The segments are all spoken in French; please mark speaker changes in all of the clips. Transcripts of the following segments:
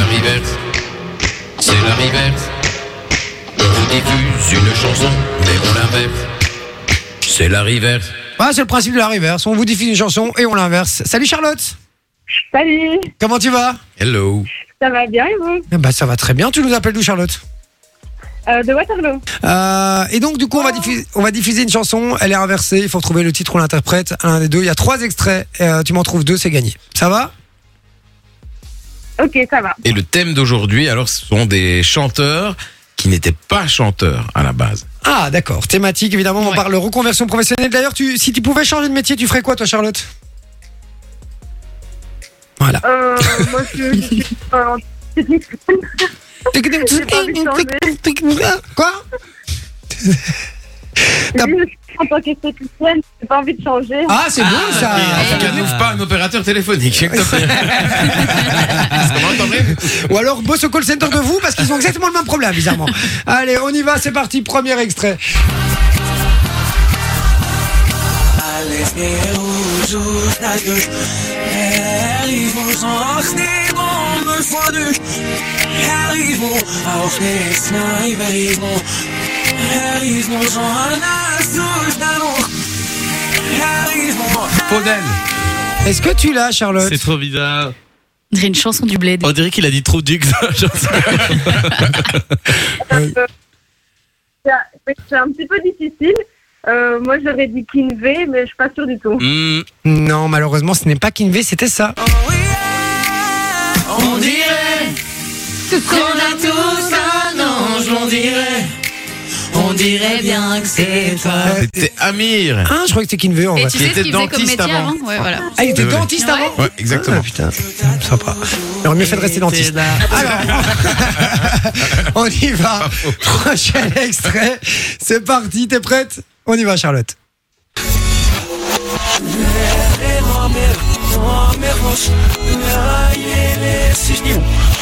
Speaker 1: reverse. C'est la reverse. On vous diffuse une chanson, mais on l'inverse. C'est la reverse.
Speaker 2: Voilà, Ah, c'est le principe de la reverse. On vous diffuse une chanson et on l'inverse. Salut Charlotte
Speaker 3: Salut,
Speaker 2: Comment tu vas
Speaker 1: Hello.
Speaker 3: ça va bien et vous
Speaker 2: Eh ben, ça va très bien. Tu nous appelles d'où Charlotte
Speaker 3: Euh, De Waterloo
Speaker 2: Euh, Et donc du coup, on
Speaker 3: Oh.
Speaker 2: va, diffuser, on va diffuser une chanson. Elle est inversée. Il faut retrouver le titre ou l'interprète. Un des deux. Il y a trois extraits. Euh, tu m'en trouves deux, c'est gagné. Ça va
Speaker 3: Ok, ça va.
Speaker 1: Et le thème d'aujourd'hui, alors, ce sont des chanteurs qui n'étaient pas chanteurs à la base.
Speaker 2: Ah d'accord. Thématique évidemment. On
Speaker 1: Ouais.
Speaker 2: parle reconversion professionnelle. D'ailleurs, tu, si tu pouvais changer de métier, tu ferais quoi toi Charlotte Voilà.
Speaker 3: Euh, moi, je je suis euh, en technique. Ah, J'ai pas envie de
Speaker 2: Quoi
Speaker 3: Je suis en tant qu'esthéticienne, j'ai pas envie de changer.
Speaker 2: Ah c'est beau ça.
Speaker 1: En tout cas, n'ouvre pas un opérateur téléphonique. Comment t'en
Speaker 2: Ou alors bosse au call center de vous parce qu'ils ont exactement le même problème, bizarrement. Allez, on y va, c'est parti, premier extrait.
Speaker 4: alles meer hoezoet naar je. Herrivo zorg niet bomben voor u. Herrivo, auch nichts naar Iberivo. Herrivo zorg naar zoet naar nog. Herrivo.
Speaker 5: Podel.
Speaker 2: Est-ce que tu l'as, Charlotte
Speaker 6: C'est trop bizarre.
Speaker 7: On dirait une chanson du bled.
Speaker 6: On dirait qu'il a dit trop duc.
Speaker 3: C'est un- mais C'est un petit peu difficile. Euh, moi, j'aurais dit Kinvey, mais je suis pas sûre du tout.
Speaker 6: Hmm,
Speaker 2: Non, malheureusement, ce n'est pas Kinvey, c'était ça.
Speaker 4: Oh yeah. On dirait qu'on a tous un ange, on dirait. On dirait bien que c'est toi.
Speaker 1: C'était Amir.
Speaker 2: Hein, je crois que c'était Kinvey en
Speaker 7: Et
Speaker 2: vrai.
Speaker 7: tu
Speaker 1: Il
Speaker 7: sais
Speaker 1: était
Speaker 7: ce qu'il faisait comme
Speaker 1: dentiste
Speaker 7: métier
Speaker 1: avant.
Speaker 7: avant, Ouais, voilà.
Speaker 2: Ah, il était
Speaker 1: Ouais.
Speaker 2: dentiste avant
Speaker 1: Ouais, exactement.
Speaker 2: Ah, putain, sympa. Il aurait mieux fait de rester dentiste. Alors, on y va. Prochain extrait. C'est parti, t'es prête On y va, Charlotte.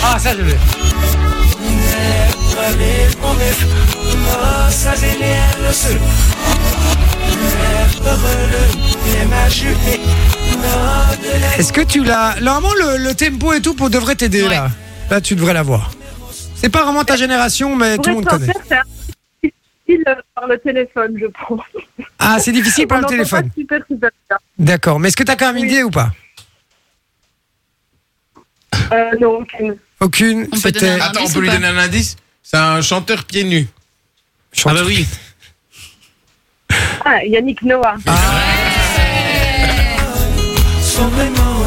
Speaker 2: Ah, ça, je l'ai. Est-ce que tu l'as Normalement, le, le tempo et tout pour devrait t'aider
Speaker 7: Ouais.
Speaker 2: là. Là, tu devrais l'avoir. C'est pas vraiment ta génération, mais tout le
Speaker 3: Pour
Speaker 2: monde
Speaker 3: être
Speaker 2: connaît.
Speaker 3: sincère, c'est un peu difficile euh, par le téléphone, je pense.
Speaker 2: Ah, c'est difficile par
Speaker 3: On
Speaker 2: le
Speaker 3: l'entend
Speaker 2: téléphone.
Speaker 3: pas super, super bien.
Speaker 2: D'accord. Mais est-ce que t'as quand même une
Speaker 3: Oui.
Speaker 2: idée ou pas
Speaker 3: Euh, non, aucune.
Speaker 2: Aucune.
Speaker 7: peut
Speaker 2: C'était.
Speaker 7: donner un-
Speaker 1: Attends, on
Speaker 7: indice
Speaker 1: peut
Speaker 7: ou
Speaker 1: lui
Speaker 7: pas
Speaker 1: donner un indice C'est un chanteur pieds nus.
Speaker 2: Chante.
Speaker 6: Ah bah oui.
Speaker 3: Ah, Yannick Noah.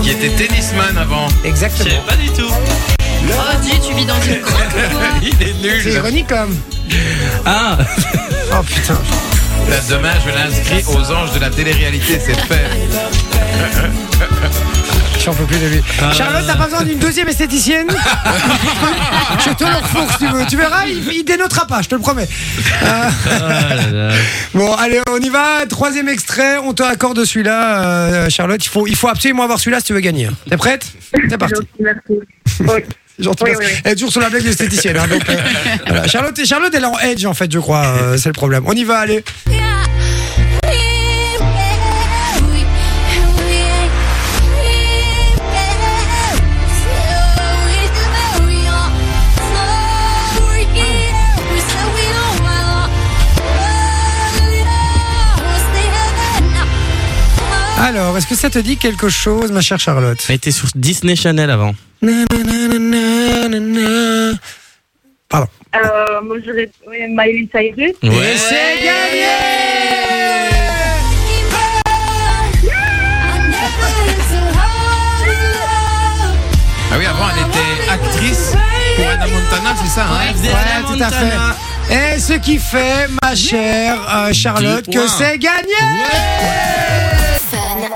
Speaker 1: Qui était tennisman avant.
Speaker 6: Je
Speaker 2: Exactement.
Speaker 6: savais pas du tout.
Speaker 7: Oh Dieu, tu vis dans une grotte.
Speaker 6: Il est
Speaker 2: C'est
Speaker 6: nul.
Speaker 2: ironique quand même.
Speaker 6: Ah.
Speaker 2: Oh putain.
Speaker 1: Là, demain, je l'inscris aux anges de la télé-réalité, c'est fait.
Speaker 2: J'en peux plus de lui. Charlotte, t'as pas besoin d'une deuxième esthéticienne Je te le refourse si tu veux. Tu verras, il, il dénotera pas, je te le promets. Euh, bon, allez, on y va. Troisième extrait, on te accorde celui-là, euh, Charlotte. Il faut, il faut absolument avoir celui-là si tu veux gagner. T'es prête C'est parti.
Speaker 3: Donc, merci. Ok.
Speaker 2: J'entends
Speaker 3: Oui,
Speaker 2: parce
Speaker 3: oui, oui.
Speaker 2: Elle est toujours sur la blague de l'esthéticienne. hein, donc, euh, voilà. Charlotte, Charlotte, elle est en edge en fait, je crois. euh, c'est le problème. On y va, allez. Alors, est-ce que ça te dit quelque chose, ma chère Charlotte
Speaker 6: Elle était sur Disney Channel avant.
Speaker 3: Euh, moi, j'aurais oui, Miley Cyrus.
Speaker 2: Et c'est gagné
Speaker 1: Ah oui, avant, elle était actrice pour Anna Montana, c'est ça, hein
Speaker 2: Ouais, tout à fait. Et ce qui fait, ma chère euh, Charlotte,
Speaker 6: Dix
Speaker 2: que
Speaker 6: points.
Speaker 2: c'est gagné